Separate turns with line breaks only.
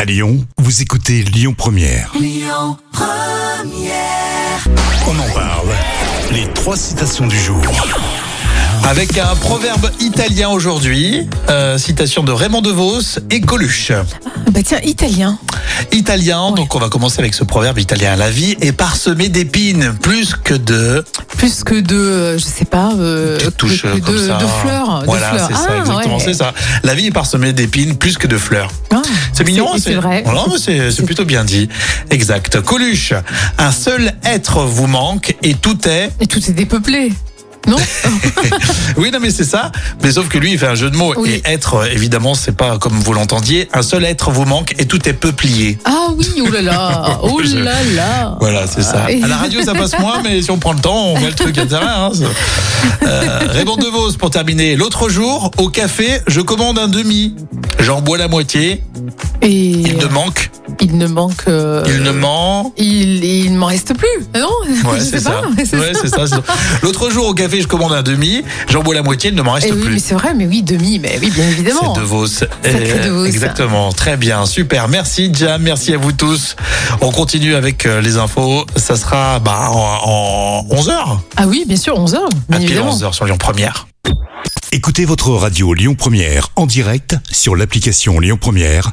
À Lyon, vous écoutez Lyon Première. On en parle. Les trois citations du jour.
Avec un proverbe italien aujourd'hui, euh, citation de Raymond DeVos et Coluche.
Ah Bah tiens, italien.
Italien, donc on va commencer avec ce proverbe italien. La vie est parsemée d'épines, plus que de...
Plus que de, euh, je sais pas, euh,
Petite touche
que de,
comme ça.
de fleurs. de
Voilà,
fleurs.
c'est ça,
Ah,
exactement,
ouais.
c'est ça. La vie est parsemée d'épines, plus que de fleurs.
Ah,
C'est mignon,
c'est- c'est vrai.
Voilà, mais c'est- c'est plutôt bien dit. Exact. Coluche, un seul être vous manque et tout est...
Et tout est dépeuplé. Non
Oui, non, mais c'est ça. Mais sauf que lui, il fait un jeu de mots.
Oui.
Et être, euh, évidemment, c'est pas comme vous l'entendiez. Un seul être vous manque et tout est peuplier.
Ah oui, oh là là, oh
Je-
là là.
Voilà, c'est ça.
Et-
À la radio, ça passe moins, mais si on prend le temps, on voit le truc, etc. Hein, ça. euh, Raymond DeVos, pour terminer. L'autre jour, au café, je commande un demi. J'en bois la moitié.
Et
Il ne manque.
il ne manque. euh,
Il ne manque.
il il ne m'en reste plus, non
Ouais,
Je sais
c'est ça.
pas. c'est
Ouais,
ça.
c'est ça, c'est ça. L'autre jour, au café, je commande un demi. J'en bois la moitié, il ne m'en reste
Eh oui,
plus.
mais c'est vrai, mais oui, demi, mais oui, bien évidemment.
C'est De Vos.
De Vos.
Exactement. Très bien. Super. Merci, Jam. Merci à vous tous. On continue avec euh, les infos. Ça sera bah, en, 11h.
Ah oui, bien sûr, 11h,
À
bien
pile
évidemment.
11h sur Lyon Première.
Écoutez votre radio Lyon Première en direct sur l'application Lyon Première,